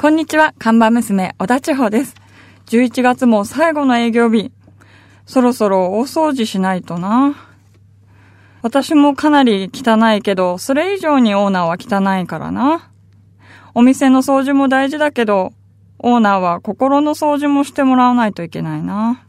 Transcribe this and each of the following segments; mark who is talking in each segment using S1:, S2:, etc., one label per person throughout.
S1: こんにちは、看板娘、小田千穂です。11月も最後の営業日。そろそろ大掃除しないとな。私もかなり汚いけど、それ以上にオーナーは汚いからな。お店の掃除も大事だけど、オーナーは心の掃除もしてもらわないといけないな。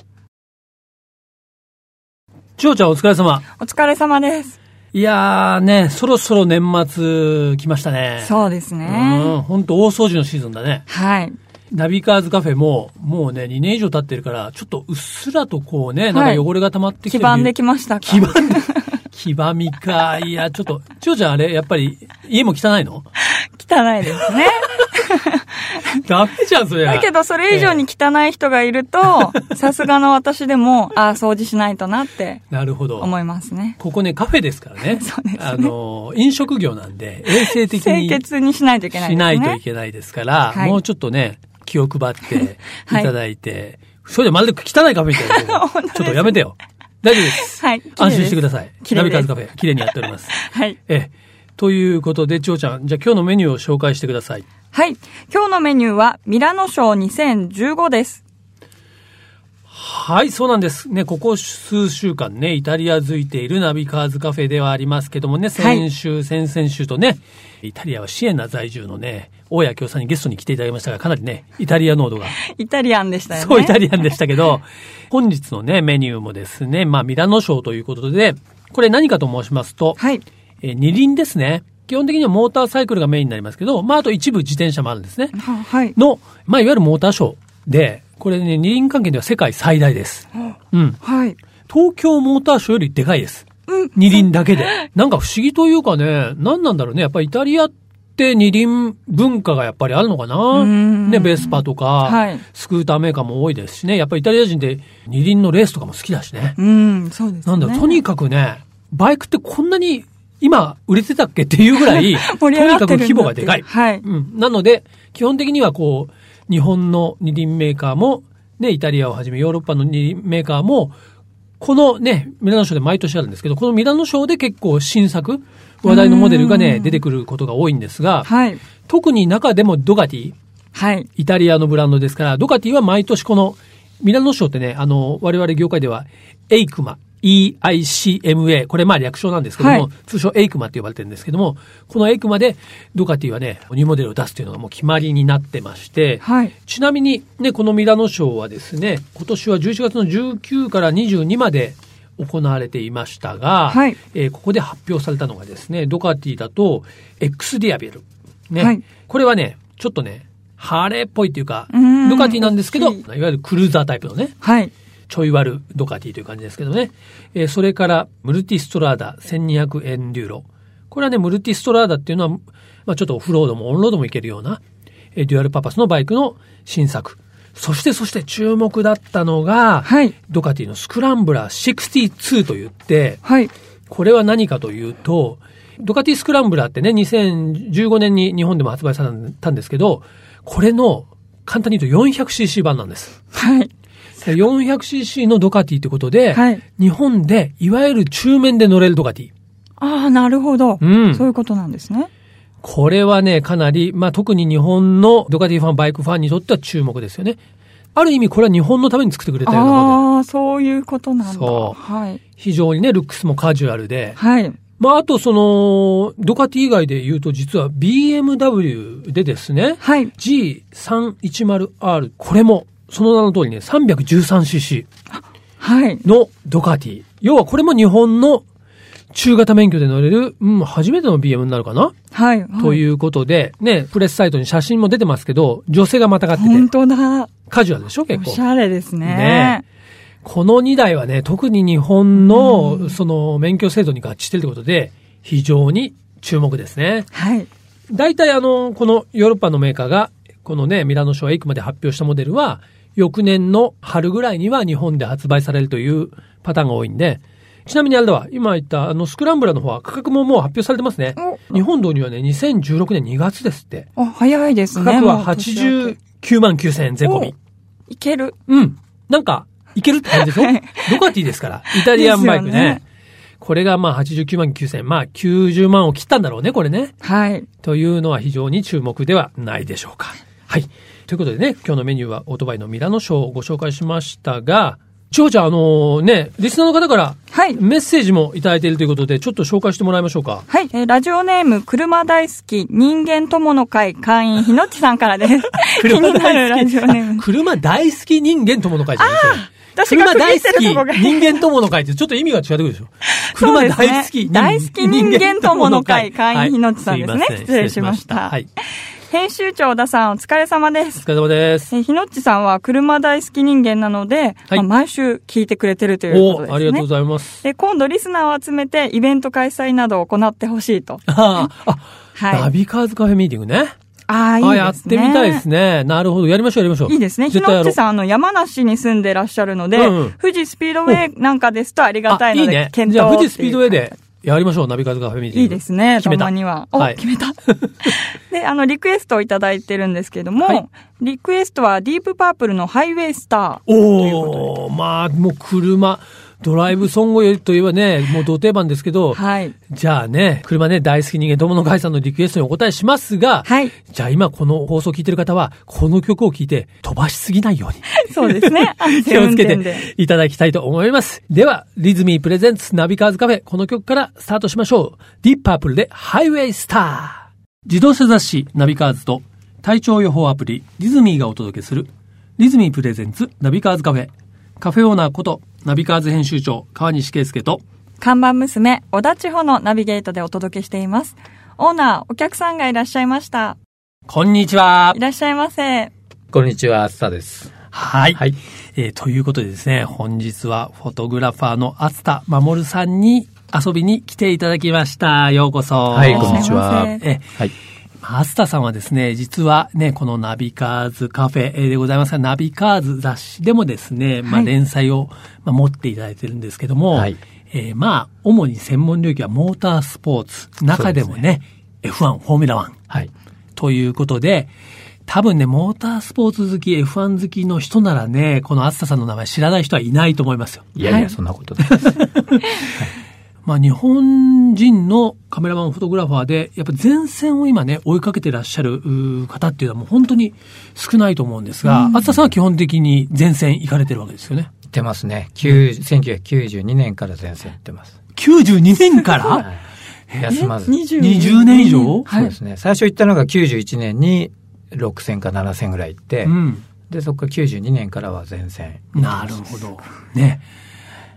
S2: 千代ちゃんお疲れ様。
S1: お疲れ様です。
S2: いやーね、そろそろ年末来ましたね。
S1: そうです
S2: う
S1: ね。
S2: ん、ほんと大掃除のシーズンだね。
S1: はい。
S2: ナビカーズカフェも、もうね、2年以上経ってるから、ちょっとうっすらとこうね、
S1: は
S2: ないんか汚れが溜まってき
S1: 基
S2: てる。
S1: 盤できましたか
S2: 黄ばんで。黄ばみか。いや、ちょっと、千代ちゃんあれ、やっぱり、家も汚いの
S1: 汚いですね。
S2: ダメじゃん、そりゃ。
S1: だけど、それ以上に汚い人がいると、 さすがの私でも、ああ、掃除しないとなって
S2: なるほど。
S1: 思いますね。
S2: ここね、カフェですからね。
S1: そうですね
S2: あの、飲食業なんで、衛生的
S1: 清
S2: に
S1: 潔にしないといけないで
S2: し
S1: すね。
S2: ないといけないですから、
S1: はい
S2: もうちょっとね、気を配ってい
S1: はい
S2: ただいて、それでまるで汚いカフェみたい な。ち
S1: 本
S2: ょっ
S1: 当です
S2: とやめてよ。大丈夫です。
S1: はい
S2: 安心してください。
S1: 綺
S2: ナ
S1: 麗
S2: ビ
S1: です
S2: カーズカフェ、綺麗にやっております。
S1: はい。
S2: ええ。ということで、千代ちゃん、じゃあ今日のメニューを紹介してください。
S1: はい。今日のメニューは、ミラノショー2015です。
S2: はい、そうなんです。ね、ここ数週間ね、イタリアづいているナビカーズカフェではありますけどもね、
S1: はい
S2: 先週、先々週とね、イタリアはシエナ在住のね、大谷京さんにゲストに来ていただきましたが、かなりね、イタリア濃度が。
S1: イタリアンでしたよね。
S2: そう、イタリアンでしたけど、本日のね、メニューもですね、まあ、ミラノショーということで、これ何かと申しますと、
S1: はい。
S2: えー二輪ですね。基本的にはモーターサイクルがメインになりますけど、まあ、あと一部自転車もあるんですね。
S1: ははい。
S2: の、まあ、いわゆるモーターショーで、これね、二輪関係では世界最大です。うん。
S1: はい。
S2: 東京モーターショーよりでかいです。二輪だ けで。なんか不思議というかね、何なんだろうね。やっぱりイタリアって二輪文化がやっぱりあるのかな。
S1: ん
S2: ね、ベースパとか、
S1: はい
S2: スクーターメーカーも多いですしね。やっぱりイタリア人って二輪のレースとかも好きだしね。
S1: うん、そうですね。
S2: なんだろう、とにかくね、バイクってこんなに今売れてたっけっていうぐらい、と
S1: 盛
S2: に
S1: り上がってるんだっ
S2: かく
S1: ていう
S2: 規模がでかい。
S1: はい
S2: うん。なので、基本的にはこう、日本の二輪メーカーも、ね、イタリアをはじめヨーロッパの二輪メーカーも、このね、ミラノショーで毎年あるんですけど、このミラノショーで結構新作、話題のモデルがね、出てくることが多いんですが、
S1: はい。
S2: 特に中でもドガティ、
S1: はい。
S2: イタリアのブランドですから、ドカティは毎年この、ミラノ賞ってね、あの、我々業界では、エイクマ、EICMA、これまあ略称なんですけども、
S1: はい
S2: 通称エイクマって呼ばれてるんですけども、このエイクマでドカティはね、ニューモデルを出すというのがもう決まりになってまして、
S1: はい。
S2: ちなみにね、このミラノ賞はですね、今年は11月の19から22まで行われていましたが、
S1: はい
S2: えーここで発表されたのがですね、ドカティだと、X ディアベル。ね、
S1: はい
S2: これはね、ちょっとね、ハーレーっぽいっていうか、
S1: うーん
S2: ドカティなんですけど、
S1: 大
S2: い
S1: きい
S2: わゆるクルーザータイプのね、
S1: はい。
S2: ちょい割るドカティという感じですけどね。えーそれから、ムルティストラーダ1200エンデューロ。これはね、ムルティストラーダっていうのは、まあちょっとオフロードもオンロードもいけるような、えーデュアルパパスのバイクの新作。そして、そして注目だったのが、
S1: はい
S2: ドカティのスクランブラー62と言って、
S1: はい。
S2: これは何かというと、ドカティスクランブラーってね、2015年に日本でも発売されたんですけど、これの、簡単に言うと 400cc 版なんです。
S1: はい。
S2: で 400cc のドカティってことで、
S1: はい
S2: 日本でいわゆる中面で乗れるドカティ。
S1: ああ、なるほど。
S2: うん
S1: そういうことなんですね。
S2: これはね、かなり、まあ特に日本のドカティファン、バイクファンにとっては注目ですよね。ある意味これは日本のために作ってくれたようなもので、
S1: ああ、そういうことなんだ。
S2: そう
S1: はい。
S2: 非常にね、ルックスもカジュアルで、
S1: はい。
S2: まああとその、ドカティ以外で言うと実は BMW でですね、
S1: はい。
S2: G310R、これも、その名の通りね、313cc。
S1: はい。
S2: のドカティ。要はこれも日本の中型免許で乗れる、うん、初めての BM になるかな、
S1: はい。
S2: と
S1: う。
S2: いうことで、ね、プレスサイトに写真も出てますけど、女性がまたがって
S1: 本
S2: て、
S1: 当だ。
S2: カジュアルでしょ結
S1: おし
S2: 構。
S1: ゃれですね。
S2: ねこの2台はね、特に日本の、その、免許制度に合致してるということで、非常に注目ですね。
S1: はい。
S2: 大体あの、このヨーロッパのメーカーが、このね、ミラノショーへ行くまで発表したモデルは、翌年の春ぐらいには日本で発売されるというパターンが多いんで、ちなみにあれだわ、今言ったあのスクランブラーの方は価格ももう発表されてますね。
S1: お
S2: 日本導入はね、2016年2月ですって。
S1: あ、早いです
S2: 価
S1: ね。
S2: 格
S1: も
S2: は
S1: う年明け
S2: 89万9000円税込み。
S1: いける。
S2: うん。なんか、いけるっ て感じでしょドカティですから。イタリアンバイクね。
S1: ですよね
S2: これがまあ89万9000円。まあ90万を切ったんだろうね、これね。
S1: はい。
S2: というのは非常に注目ではないでしょうか。はい。はい。ということでね、今日のメニューはオートバイのミラノショーをご紹介しましたが、千穂ちゃん、あのね、リスナーの方から
S1: はい。
S2: メッセージもいただいているということで、ちょっと紹介してもらいましょうか。
S1: はい、えーラジオネーム、車大好き、人間友の会会員、ひのっちさんから です。気になるラジオネーム。
S2: 車大好き人間友の会じゃないです
S1: 私が
S2: 車大
S1: 区
S2: 好
S1: 切ってるとこが
S2: き人間友の会ってちょっと意味が違うでしょ。
S1: そう
S2: 車
S1: ですね
S2: 大好き
S1: 大好き人間友の会会員ひのちさんですね
S2: はいいませ
S1: 失礼しました
S2: はい。
S1: 編集長小田さん、お疲れ様で
S2: お
S1: す。
S2: 疲れ様です。
S1: えーひのっちさんは車大好き人間なので、
S2: はい
S1: まあ毎週聞いてくれてるという
S2: お
S1: ことですね。
S2: ありがとうございます。
S1: で今度リスナーを集めてイベント開催などを行ってほしいと。
S2: あー、
S1: はい
S2: あ、ナビカーズカフェミーティングね。
S1: ああ、いいです
S2: あ、
S1: ね。
S2: やってみたいですね。なるほど。やりましょう、やりましょう。
S1: いいですね。ひ
S2: 絶
S1: の
S2: 対や
S1: っ
S2: ろう
S1: ちさん、あの、山梨に住んでらっしゃるので、
S2: うんうん
S1: 富士スピードウェイなんかですとありがたいの
S2: あいい
S1: で
S2: ね、。
S1: 検討
S2: じゃあ、
S1: っていう
S2: 富士スピードウェイでやりましょう、ナビカーズカフェミーティング。
S1: いいですね、
S2: 決
S1: た
S2: めた
S1: まには。お、
S2: はい
S1: 決めた。 で、あの、リクエストをいただいてるんですけども、
S2: はい
S1: リクエストはディープパープルのハイウェイスター。
S2: おおまあ、もう車、ドライブソングといえばね、もう土定番ですけど、
S1: はい。
S2: じゃあね、車ね、大好き人間友の会さんのリクエストにお答えしますが、
S1: はい。
S2: じゃあ今この放送を聞いてる方は、この曲を聞いて飛ばしすぎないように
S1: そうですね。安
S2: 気
S1: 全
S2: を
S1: 運
S2: つけ
S1: 転で。
S2: ていただきたいと思います。では、リズミープレゼンツナビカーズカフェ、この曲からスタートしましょう。ディープパープルでハイウェイスター。自動車雑誌ナビカーズと体調予報アプリリズミーがお届けするリズミープレゼンツナビカーズカフェ。カフェオーナーことナビカーズ編集長川西圭介と
S1: 看板娘、小田千穂のナビゲートでお届けしています。オーナー、お客さんがいらっしゃいました。
S2: こんにちは。
S1: いらっしゃいませ。
S3: こんにちは、スタです。
S2: はい。
S3: はい
S2: えーということでですね、本日はフォトグラファーの厚田守さんに遊びに来ていただきました。ようこそ。
S3: はい、
S1: いらっしゃいませ
S3: こんにちは。
S2: え
S3: はい。
S2: 厚田さんはですね、実はね、このナビカーズカフェえーでございますが、ナビカーズ雑誌でもですね、まあ
S1: はい
S2: 連載をまあ持っていただいてるんですけども、
S3: はい
S2: えーまあ、主に専門領域はモータースポーツ、中でもね、F1、フォーミュラ1、
S3: はい。
S2: ということで、多分ね、モータースポーツ好き、F1 好きの人ならね、この厚田さんの名前知らない人はいないと思いますよ。
S3: いやい
S1: はい
S3: や、そんなことない。
S2: まあ、日本人のカメラマン、フォトグラファーで、やっぱ前線を今ね、追いかけてらっしゃるうー方っていうのはもう本当に少ないと思うんですが、厚田さんは基本的に前線行かれてるわけですよね。
S3: 行ってますね。90 1992年から前線行ってます。
S2: 92年か
S3: は
S2: ら
S3: い休まず。
S1: 20
S2: 20年以上
S1: は
S3: そう
S1: い
S3: で。すね。最初行ったのが91年に6戦か7戦ぐらい行って
S2: う、ん。
S3: で、そこから92年からは前線。
S2: なるほど。ね。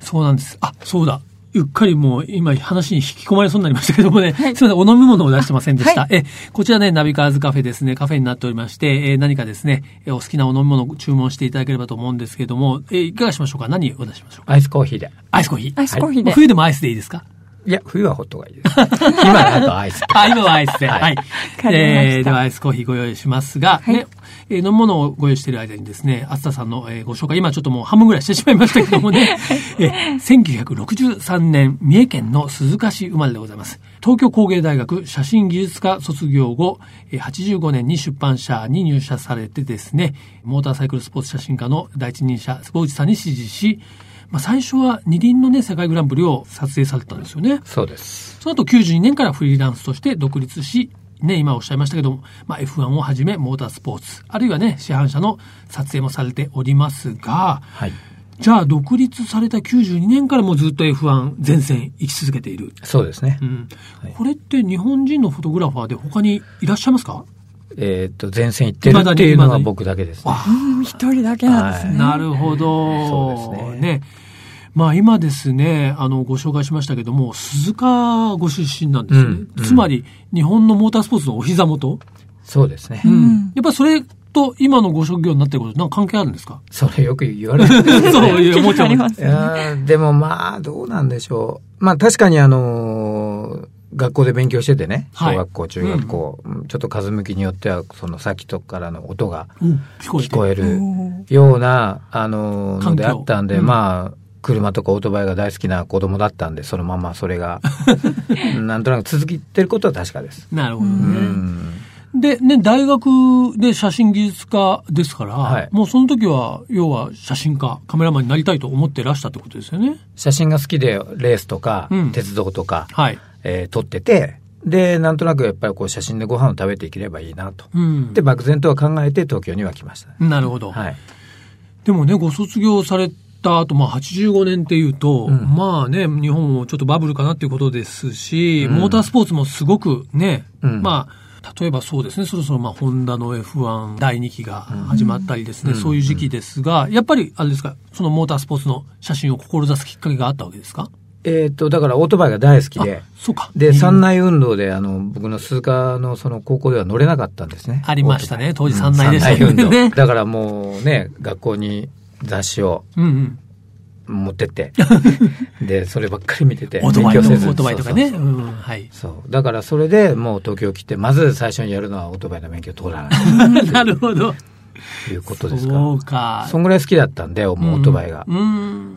S2: そうなんです。あ、そうだ。うっかりもう今話に引き込まれそうになりましたけどもね。
S1: はい
S2: すいません、お飲み物を出してませんでした。
S1: は
S2: え、こちらね、ナビカーズカフェですね、カフェになっておりまして、えー何かですね、えーお好きなお飲み物を注文していただければと思うんですけども、えーいかがしましょうか何を出しましょうか
S3: アイスコーヒーで。
S2: アイスコーヒー。
S1: アイスコーヒー
S2: は
S1: で
S2: い。冬でもアイスでいいですか
S3: いや、冬はホットがいいです。今だとアイス。
S2: あ、今はアイスで。
S3: はい
S2: はい。
S1: かりました
S2: えーではアイスコーヒーご用意しますが、
S1: はい
S2: ね、えー飲み物をご用意している間にですね、厚田さんの、えーご紹介、今ちょっともう半分ぐらいしてしまいましたけどもね、えー1963年、三重県の鈴鹿市生まれでございます。東京工芸大学写真技術科卒業後、えー85年に出版社に入社されてですね、モーターサイクルスポーツ写真家の第一人者、坪内さんに支持し、まあ、最初は二輪のね、世界グランプリを撮影されたんですよね。
S3: そうです。
S2: その後92年からフリーランスとして独立し、ね、今おっしゃいましたけども、まあ、F1 をはじめモータースポーツ、あるいはね、市販車の撮影もされておりますが、
S3: はい。
S2: じゃあ独立された92年からもうずっと F1 前線行き続けている。
S3: そうですね
S2: う。ん
S3: はい
S2: これって日本人のフォトグラファーで他にいらっしゃいますか、
S3: えっと、前線行ってるっていうのが僕だけですね。
S1: うん一人だけなんですね。
S2: なるほど。
S3: そうですね
S2: まあ今ですね、あの、ご紹介しましたけども、鈴鹿ご出身なんですね。
S3: うんうん
S2: つまり、日本のモータースポーツのお膝元
S3: そうですね。
S1: ん
S2: やっぱそれと今のご職業になってることなんか関係あるんですか
S3: それよく言われるんです
S2: そ
S3: よね
S2: ういう思っ
S1: 気
S2: ちゃ
S1: になりま。
S2: う
S1: す
S3: い
S1: ね。
S3: やーでもまあ、どうなんでしょう。まあ確かにあのー学校で勉強しててね、
S2: はい
S3: 小学校、中学校、うんちょっと風向きによっては、そのさっきとこからの音が
S2: うん聞こえ
S3: 聞
S2: て。
S3: こえる
S1: おー
S3: ような、あのー
S2: 環境
S3: のであったんで、
S2: うん
S3: まあ、車とかオートバイが大好きな子供だったんで、そのままそ れが、なんとなく続いてることは確かです。
S2: なるほど
S3: う
S2: ね。
S3: ん。
S2: で、ね、大学で写真技術科ですから、
S3: はい
S2: もうその時は、要は写真家、カメラマンになりたいと思ってらしたってことですよね。
S3: 写真が好きで、レースとか
S2: うん、
S3: 鉄道とか、
S2: はい。
S3: えー撮ってて、で、なんとなくやっぱりこう写真でご飯を食べていければいいなと。
S2: うん
S3: で、漠然とは考えて東京には来ましたね。
S2: なるほど。
S3: はい。
S2: でもね、ご卒業された後、まあ85年っていうと、
S3: うん
S2: まあね、日本もちょっとバブルかなっていうことですし、
S3: うん
S2: モータースポーツもすごくね、
S3: うん
S2: まあ、例えばそうですね、そろそろまあ、ホンダの F1 第2期が始まったりですね、
S3: うん
S2: そういう時期ですが、やっぱりあれですか、そのモータースポーツの写真を志すきっかけがあったわけですか
S3: えっ、と、だからオートバイが大好きで
S2: あ、そうか。
S3: で、
S2: うん
S3: 山内運動で、あの、僕の鈴鹿のその高校では乗れなかったんですね。
S2: ありましたね、当時山内
S3: 内
S2: でしたよ
S3: 運動
S2: ね。
S3: だからもうね、学校に雑誌を
S2: うんうん。
S3: 持っ てって、で、そればっかり見てて、
S2: オートバイとか、オ
S3: 勉強せず
S2: ートバイとかね。うん、 はい。
S3: そうそうそうだからそれでもう東京来て、まず最初にやるのはオートバイの免許を取らない
S2: なるほど。
S3: ということですから。
S2: そうか。
S3: そんぐらい好きだったんで、もうオートバイが。
S2: うんう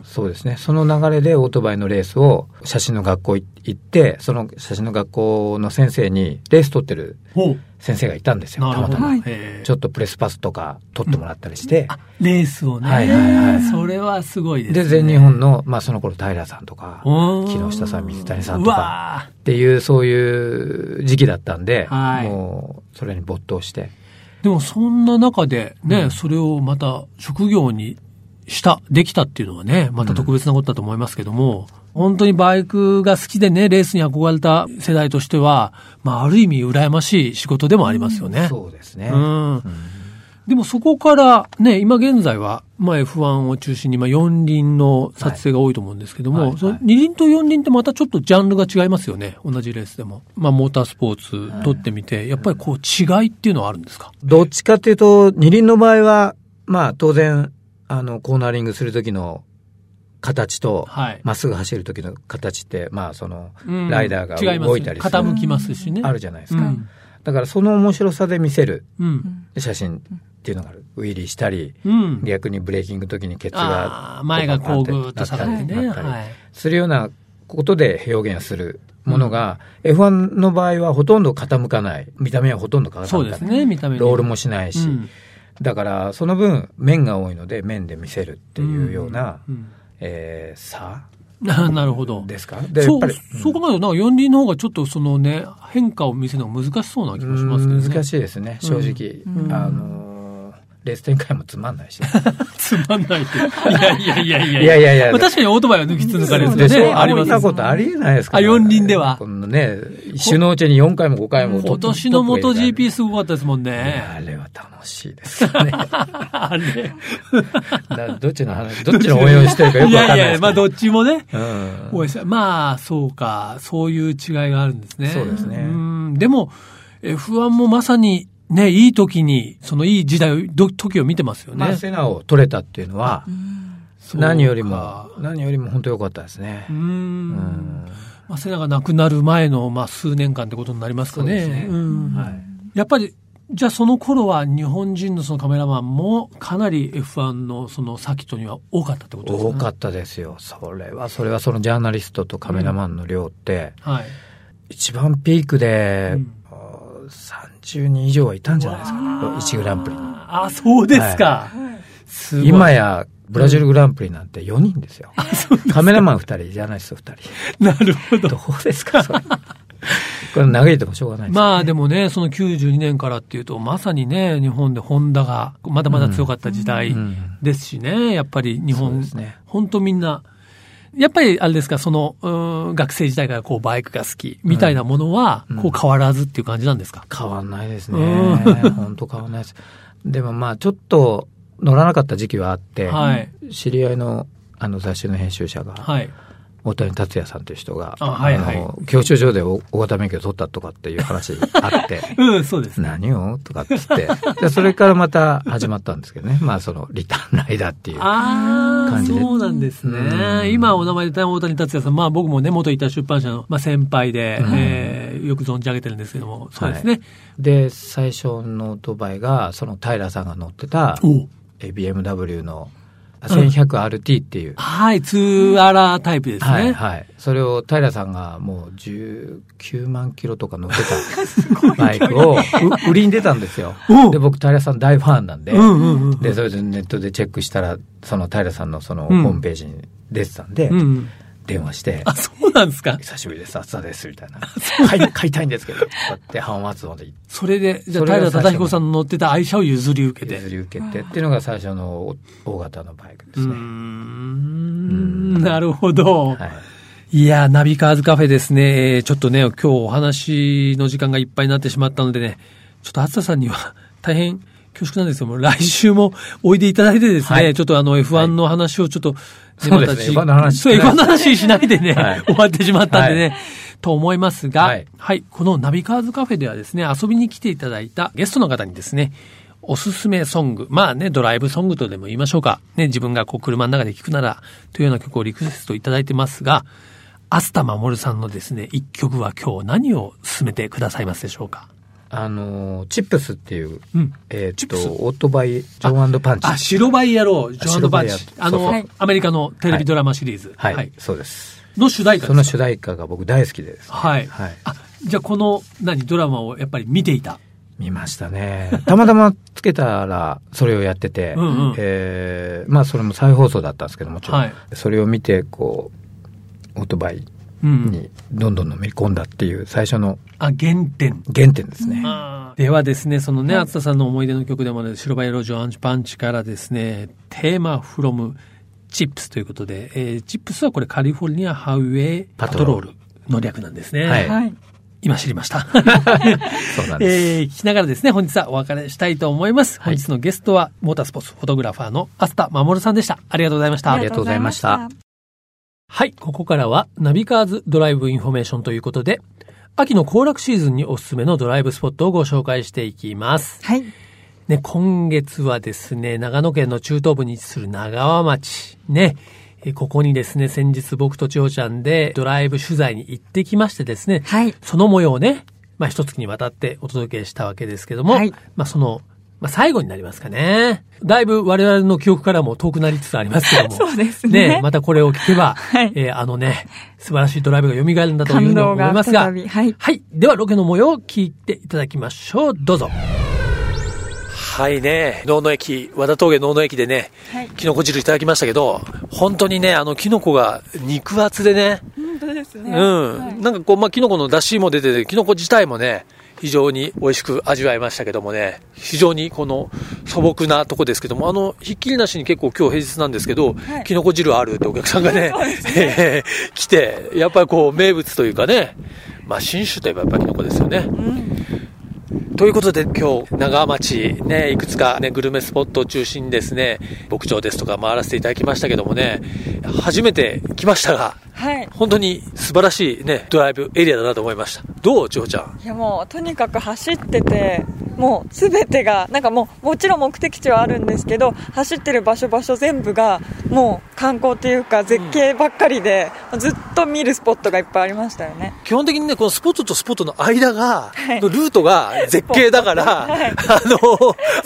S2: ん。
S3: そうですね。その流れでオートバイのレースを写真の学校い行って、その写真の学校の先生にレース取ってる
S2: ほう。
S3: 先生がいたんですよ。
S2: な
S3: た
S2: る
S3: ま
S2: ほ
S3: た
S2: ど
S3: ま。
S1: はい
S2: えー
S3: ちょっとプレスパスとか取ってもらったりして、
S2: あ、レースをね。
S3: はいはいはい
S2: それはすごいですね。
S3: で、全日本の、まあその頃平さんとか、
S2: うん、
S3: 木下さん、水谷さん
S2: う
S3: とか
S2: わ
S3: っていう、そういう時期だったんで、
S2: はい
S3: もうそれに没頭して。
S2: ーでもそんな中でね、
S3: うん
S2: それをまた職業にした、できたっていうのはね、また特別なことだと思いますけども、本当にバイクが好きでね、レースに憧れた世代としては、まあある意味羨ましい仕事でもありますよね。
S3: そうですね。
S2: うん
S3: うん
S2: でもそこからね、今現在は、まあ F1 を中心に、まあ四輪の撮影が多いと思うんですけども、
S3: はいはい
S2: その二輪と四輪ってまたちょっとジャンルが違いますよね。同じレースでも。まあモータースポーツ撮ってみて、やっぱりこう違いっていうのはあるんですか、
S3: どっちかっていうと、二輪の場合は、まあ当然、あの、コーナリングする時の形と、
S2: はい。
S3: まっすぐ走る時の形って、まあその、
S2: うん
S3: ライダーが動いた
S2: 違
S3: り
S2: ますすね
S3: る
S2: 傾きますしね。
S3: あるじゃないです
S2: う
S3: か。
S2: ん。
S3: だからその面白さで見せる
S2: うん。
S3: 写真っていうのがある。ウィリーしたり、
S2: うん。
S3: 逆にブレーキングの時にケツ
S2: あ
S3: が
S2: あ、前がこう
S3: パ
S2: ぐ
S3: ン
S2: ーっと下がってね。
S3: なったり
S2: はい。
S3: するようなことで表現するものが、F1 の場合はほとんど傾かない。見た目はほとんど傾かない。
S2: そうですね、見た目に
S3: ロールもしないし。
S2: うん
S3: だから、その分、面が多いので、面で見せるっていうような、
S2: うん
S3: えー差
S2: うん なるほど。
S3: ですかで、や
S2: そ
S3: っ
S2: う
S3: ぱり、
S2: そう考えると、なんか四輪の方がちょっとそのね、変化を見せるのが難しそうな気もしますけどね。
S3: 難
S2: い。
S3: しいですね、正直。
S2: うん
S3: あのーレース展開もつまんないし。
S2: つまん ないって。いやいやいやいや。
S3: いやいやいや
S2: まあ確かにオートバイは抜きつ抜かれ
S3: で
S2: る
S3: し
S2: すよね。
S3: ょ
S2: ありま
S3: 見
S2: す。
S3: たことありえないですか
S2: あ
S3: ら
S2: 四輪では
S3: このね、一緒のうちに4回も5回もトップ。
S2: 今年の
S3: トップ入れ
S2: MotoGP
S3: て
S2: すごかったですもん
S3: あるいや
S2: ね。
S3: あれは楽しいですよ ね。
S2: あれ。
S3: だどっちの話、どっちの応援をしてるかよ
S2: い
S3: くわ
S2: やいや
S3: かんないで
S2: いや、
S3: す
S2: まあ
S3: け
S2: ど
S3: ど。
S2: っちもね。
S3: うん
S2: 応援したまあ、そうか。そういう違いがあるんですね。
S3: そうですね
S2: ん。でも、F1 もまさに、ね、いい時に、そのいい時代を、ど時を見てますよ
S3: まあ
S2: ね。
S3: セナを取れたっていうのは、
S2: そうか
S3: 何よりも、何よりも本当良かったですね
S2: う。
S3: うんん。
S2: まあ、セナが亡くなる前の、まあ、数年間ってことになりますか
S3: そう
S2: ね。
S3: ですね
S2: ん
S3: はい
S2: やっぱり、じゃあその頃は日本人のそのカメラマンもかなり F1 のそのサーキットには多かったってことですね。
S3: 多かったですよ。それは、それはそのジャーナリストとカメラマンの量って、
S2: た。はい。
S3: 一番ピークで、
S2: うん
S3: あー30人以上はいたんじゃないですか、
S2: わあ
S3: 1グランプリに。
S2: あ、そうですか。すごい。
S3: 今や、ブラジルグランプリなんて4人ですよ。
S2: そう
S3: カメラマン2人、ジャーナリスト2人。
S2: なるほど。
S3: どうですか、それ。これ嘆いてもしょうがないで す。
S2: まあでもね、その92年からっていうと、まさにね、日本でホンダがまだまだ強かった時代
S3: うん
S2: ですしね、やっぱり日
S3: そう
S2: 本
S3: ですね。
S2: 本当みんな、やっぱりあれですか、その、うーん学生時代からこうバイクが好きみたいなものは、
S3: うん
S2: こう変わらずっていう感じなんですか、
S3: 変わんないですね
S2: うん。
S3: 本当変わんないです。でもまあ、ちょっと乗らなかった時期はあって、
S2: はい。
S3: 知り合いのあの雑誌の編集者が、
S2: はい。
S3: 大谷達也さんという人が、
S2: あはいはい
S3: の教習所でお大型免許取ったとかっていう話 あって、
S2: うん、そうですね。
S3: 何をとかって言ってで、それからまた始まったんですけどね。まあ、その、リターンライダーっていう。
S2: ああ、
S3: 感じで
S2: そうなんです
S3: う
S2: ね。
S3: ん
S2: 今お名前で大谷達也さん、まあ僕もね、元いた出版社の、まあ、先輩で、
S3: うん
S2: えーよく存じ上げてるんですけども、そうですね。
S3: で、最初のオートバイが、その平さんが乗ってた、
S2: お
S3: え BMW の 1100RT っていう。
S2: はい、ツーアラータイプですね。
S3: はい、はい。それを平さんがもう19万キロとか乗って たバイクをう売りに出たんですよ
S2: お。
S3: で、僕平さん大ファンなんで、
S2: うんうんうん。
S3: で、それでネットでチェックしたら、その平さんのそのホ
S2: うん
S3: ームページに出てたんで、
S2: うんうん
S3: 電話して
S2: あ、、そうなんですか
S3: 久しぶりです、暑さです、みたいな。買い買いたいんですけど、とかって半圧まで行って
S2: それで、じゃあ、
S3: それが
S2: 平
S3: 最初の
S2: 忠彦さんの乗ってた愛車を譲り受けて。
S3: 譲り受けてっていうのが最初の大型のバイクで
S2: うー
S3: すね。
S2: ん、なるほど。
S3: はい。
S2: いやー、ナビカーズカフェですね。えーちょっとね、今日お話の時間がいっぱいになってしまったのでね、ちょっと厚田さんには 大変恐縮なんですけども、来週もおいでいただいてですね、
S3: はい
S2: ちょっとあの F1 の話をちょっと、ね
S3: そうですね
S2: じ
S3: F1 の話
S2: そう、F1 の話しないでね、
S3: はい
S2: 終わってしまったんでね、 と思いますが、は
S3: はいい、
S2: このナビカーズカフェではですね、遊びに来ていただいたゲストの方にですね、おすすめソング、まあね、ドライブソングとでも言いましょうか。ね、自分がこう車の中で聴くなら、というような曲をリクエストいただいてますが、飛鳥守さんのですね、一曲は今日何を進めてくださいますでしょうか
S3: あのー、チップスっていう、
S2: うん
S3: えー
S2: チ
S3: っ
S2: ップ
S3: と、
S2: ス
S3: オートバイ、ジョーンパンチ。
S2: あ、白バイ野郎、ジョアン・バン
S3: 白バイ野
S2: チ
S3: 郎。
S2: あ
S3: そう
S1: そ
S2: の
S1: う、
S2: アメリカのテレビドラマシリーズ。
S3: はい、そうです。
S2: の主題歌
S3: そ
S2: で
S3: の
S2: す
S3: 主題歌が僕大好きでですね、
S2: はい。
S3: はい
S2: あ、じゃあこの、何、ドラマをやっぱり見ていた。
S3: 見ましたね。たまたまつけたら、それをやってて、
S2: うんうん
S3: えーまあそれも再放送だったんですけどもちろん、
S2: はい
S3: それを見て、こう、オートバイ
S2: うん。
S3: にどんどんのめり込んだっていう最初の
S2: あ、原点。
S3: 原点ですね。
S2: ではですね、そのね、厚田さんの思い出の曲でもある、白バイ路上アンチパンチからですね、テーマフロムチップスということで、えーチップスはこれカリフォルニアハウェイパトロールの略なんですね。
S3: はい
S1: はい。
S2: 今知りました。
S3: そうなんです。
S2: えー、聞きながらですね、本日はお別れしたいと思います。
S3: はい
S2: 本日のゲストは、モータースポーツフォトグラファーのアスタ守さんでした。ありがとうございました。
S3: ありがとうございました
S1: ありがとうございま
S2: はい、ここからはナビカーズドライブインフォメーションということで、秋の行楽シーズンにおすすめのドライブスポットをご紹介していきます。
S1: はい。
S2: ね、今月はですね、長野県の中東部に位置する長和町、ね、えここにですね、先日僕と千穂ちゃんでドライブ取材に行ってきましてですね、
S1: はい。
S2: その模様をね、まあ、一月にわたってお届けしたわけですけども、
S1: はい
S2: まあ、その、まあ、最後になりますかね。だいぶ我々の記憶からも遠くなりつつありますけども。
S1: そうですね
S2: またこれを聞けば、
S1: はい
S2: えーあのね、素晴らしいドライブが蘇るんだというふ
S1: 感
S2: うに
S1: 動
S2: 思い
S1: が
S2: ますが
S1: 再、び。はい。
S2: はい。では、ロケの模様を聞いていただきましょう。どうぞ。はいね、能野駅、和田峠能野駅でね、
S1: はい
S2: キノコ汁いただきましたけど、本当にね、あの、キノコが肉厚でね、
S1: 本当ですね。
S2: うん、
S1: はい
S2: なんかこう、まあ、キノコの出汁も出てて、キノコ自体もね、非常に美味しく味わいましたけどもね、非常にこの素朴なとこですけども、あの、ひっきりなしに結構今日平日なんですけ
S1: は
S2: ど、
S1: い
S2: キノコ汁あるってお客さ んがね、えー 来て、やっぱりこう、名物というかね、まあ、新種といえばやっぱキノコですよね。
S1: うん。
S2: ということで今日長浜町ねいくつかねグルメスポットを中心にですね牧場ですとか回らせていただきましたけどもね初めて来ましたが
S1: はい。
S2: 本当に素晴らしいねドライブエリアだなと思いましたどう千穂ちゃん
S1: いやもうとにかく走っててもう全てがなんかもうもちろん目的地はあるんですけど走ってる場所場所全部がもう観光というか絶景ばっかりで、ずっと見るスポットがいっぱいありましたよね
S2: 基本的にねこのスポットとスポットの間が
S1: はい
S2: のルートが絶景だから、
S1: はい
S2: あの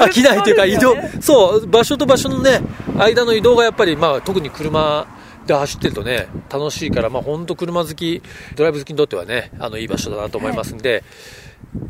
S2: 飽きないというか移
S1: ずっと
S2: 動
S1: ですよね
S2: そう場所と場所のね間の移動がやっぱりまあ特に車で走ってるとね楽しいからまあ本当車好きドライブ好きにとってはねあのいい場所だなと思いますんで、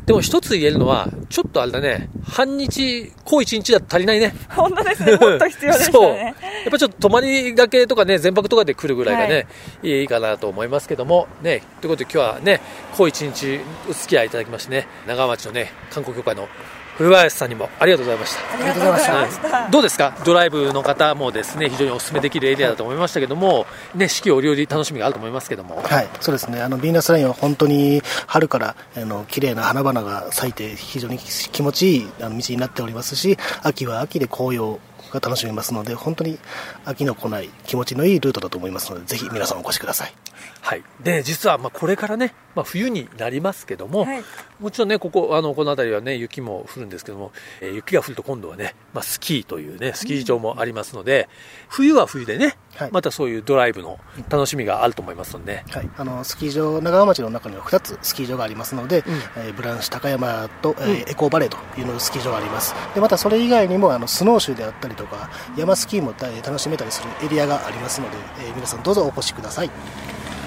S2: でも一つ言えるのはちょっとあれだね半日こう一日だと足りないね
S1: 本当ですねもっと必要でした
S2: そう。や
S1: ね
S2: っぱちょっと泊まりだけとかね、全泊とかで来るぐらいがね、、
S1: はい
S2: いかなと思いますけども、ね、ということで今日はね、今日一日お付き合いいただきましてね、長浜町のね、観光協会の古林さんにもありがとうございました。
S1: ありがとうございました、
S2: はいどうですかドライブの方もですね、非常にお勧めできるエリアだと思いましたけども、ね、四季折々楽しみがあると思いますけども。
S4: はい、そうですね。あの、ヴィーナスラインは本当に春から、あの、綺麗な花々が咲いて、非常に気持ちいいあの道になっておりますし、秋は秋で紅葉が楽しめますので、本当に秋の来ない気持ちのいいルートだと思いますので、ぜひ皆さんお越しください。
S2: はい。で、実は、まあ、これからね、まあ、冬になりますけども、
S1: はい
S2: もちろんね、ここ、あの、この辺りはね、雪も降るんですけども、えー雪が降ると今度はね、まあ、スキーというね、スキー場もありますので、冬は冬でね、
S4: はい
S2: またそういうドライブの楽しみがあると思いますので、
S4: はい、あのスキー場長浜町の中には2つスキー場がありますので、
S2: うん
S4: えーブランシュ高山と、えーエコーバレーというのスキー場がありますでまたそれ以外にもあのスノーシューであったりとか山スキーもえー楽しめたりするエリアがありますので、えー皆さんどうぞお越しください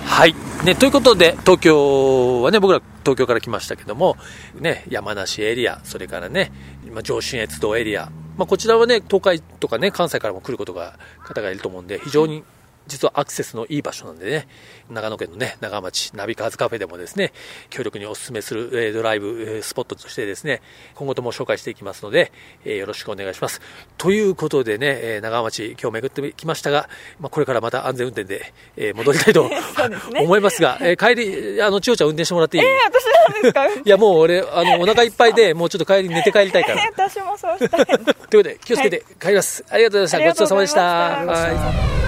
S2: はい。ね、ということで、東京はね、僕ら東京から来ましたけども、ね、山梨エリア、それからね、今、上信越道エリア、まあ、こちらはね、東海とかね、関西からも来ることが、方がいると思うんで、非常に実はアクセスのいい場所なんでね、長野県のね、長町ナビカーズカフェでもですね、強力にお勧めする、えードライブ、えースポットとしてですね、今後とも紹介していきますので、えーよろしくお願いします。ということでね、えー長町、今日巡ってきましたが、まあ、これからまた安全運転で、えー戻りたいと
S1: そうですね
S2: 思いますが、えー帰り、あの、千代ちゃん運転してもらっていい、
S1: え私なんですか
S2: いや、もう俺、あの、お腹いっぱいで、もうちょっと帰り寝て帰りたいから。
S1: 私もそうしたい。
S2: ということで、気をつけて帰ります。ありがとうございました。ごちそうさまでした。
S1: ありがとうございました
S2: はい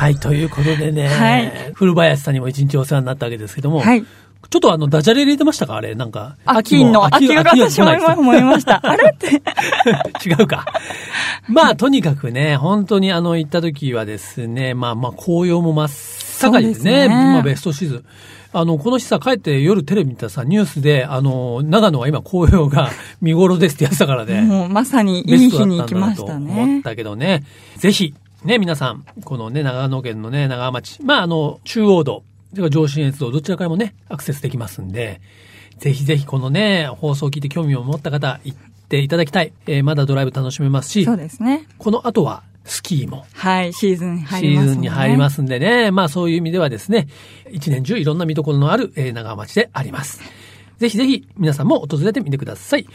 S2: はい、ということでね、
S1: はい
S2: 古林さんにも一日お世話になったわけですけども、
S1: はい
S2: ちょっとあの、ダジャレ入れてましたかあれ、なんか。
S1: 秋の、秋が私も今思いました。あれって。
S2: す。違うか。まあ、とにかくね、本当にあの、行った時はですね、まあまあ、紅葉も真っ盛りです
S1: そうで
S2: ね。
S1: すね
S2: 今、ベストシーズン。あの、この日さ、帰って夜テレビ見たらさ、ニュースで、あの、長野は今紅葉が見頃ですってやってたからね。
S1: もうまさに
S2: ベ
S1: いい
S2: スト
S1: 日に行
S2: だっ
S1: き
S2: たんだ
S1: ま
S2: な
S1: し
S2: と
S1: た
S2: 思っ
S1: ね。
S2: たけどね。ぜひ、ね、皆さん、このね、長野県のね、長浜町、まあ、あの、中央道、それから上信越道、どちらからもね、アクセスできますんで、ぜひぜひこのね、放送を聞いて興味を持った方、行っていただきたい。えーまだドライブ楽しめますし
S1: そう、ですね。
S2: この後は、スキーも、
S1: はい、シーズンに入
S2: シ
S1: りま
S2: ー
S1: す、ね。
S2: ズンに入りますんでね。まあそういう意味ではですね、一年中いろんな見どころのあるえー長浜町であります。ぜひぜひ皆さんも訪れてみてください。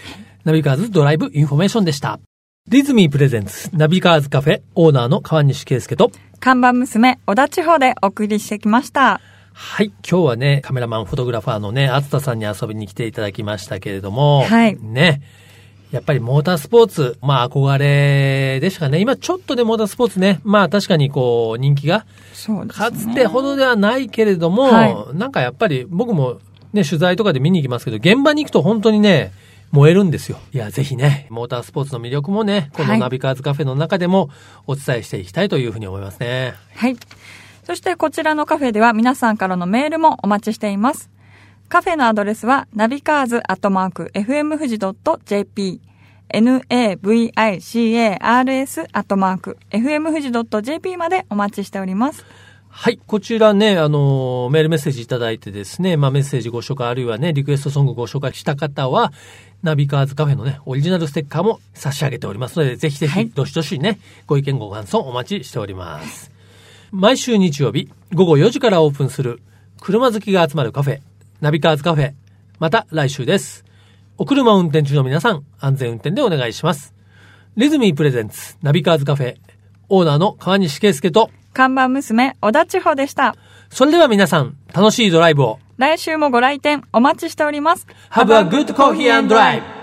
S2: ナビカーズドライブインフォメーションでした。ディズミープレゼンツナビカーズカフェオーナーの川西圭介と、
S1: 看板娘、小田地方でお送りしてきました。
S2: はい、今日はね、カメラマン、フォトグラファーのね、厚田さんに遊びに来ていただきましたけれども、
S1: はい
S2: ね、やっぱりモータースポーツ、まあ憧れでしかね、今ちょっとでモータースポーツね、まあ確かにこう人気が
S1: そうですね。
S2: かつてほどではないけれども、
S1: は
S2: なんかやっぱり僕もね、取材とかで見に行きますけど、現場に行くと本当にね、燃えるんですよ。いや、ぜひね、モータースポーツの魅力もね、こ
S1: は
S2: の
S1: い
S2: ナビカーズカフェの中でもお伝えしていきたいというふうに思いますね。
S1: はい。そしてこちらのカフェでは皆さんからのメールもお待ちしています。カフェのアドレスは、ナビカーズアットマーク FM 富士 .jp、navicars アットマーク FM 富士 .jp までお待ちしております。
S2: はい。こちらね、あの、メールメッセージいただいてですね、まあメッセージご紹介あるいはね、リクエストソングご紹介した方は、ナビカーズカフェのね、オリジナルステッカーも差し上げておりますので、ぜひぜ
S1: はい
S2: ひ、どしどしね、ご意見ご感想お待ちしております。毎週日曜日、午後4時からオープンする、車好きが集まるカフェ、ナビカーズカフェ、また来週です。お車を運転中の皆さん、安全運転でお願いします。リズミープレゼンツ、ナビカーズカフェ、オーナーの川西圭介と、
S1: 看板娘、小田地方でした。
S2: それでは皆さん、楽しいドライブを。
S1: 来週もご来店お待ちしております。
S2: Have a good coffee and drive!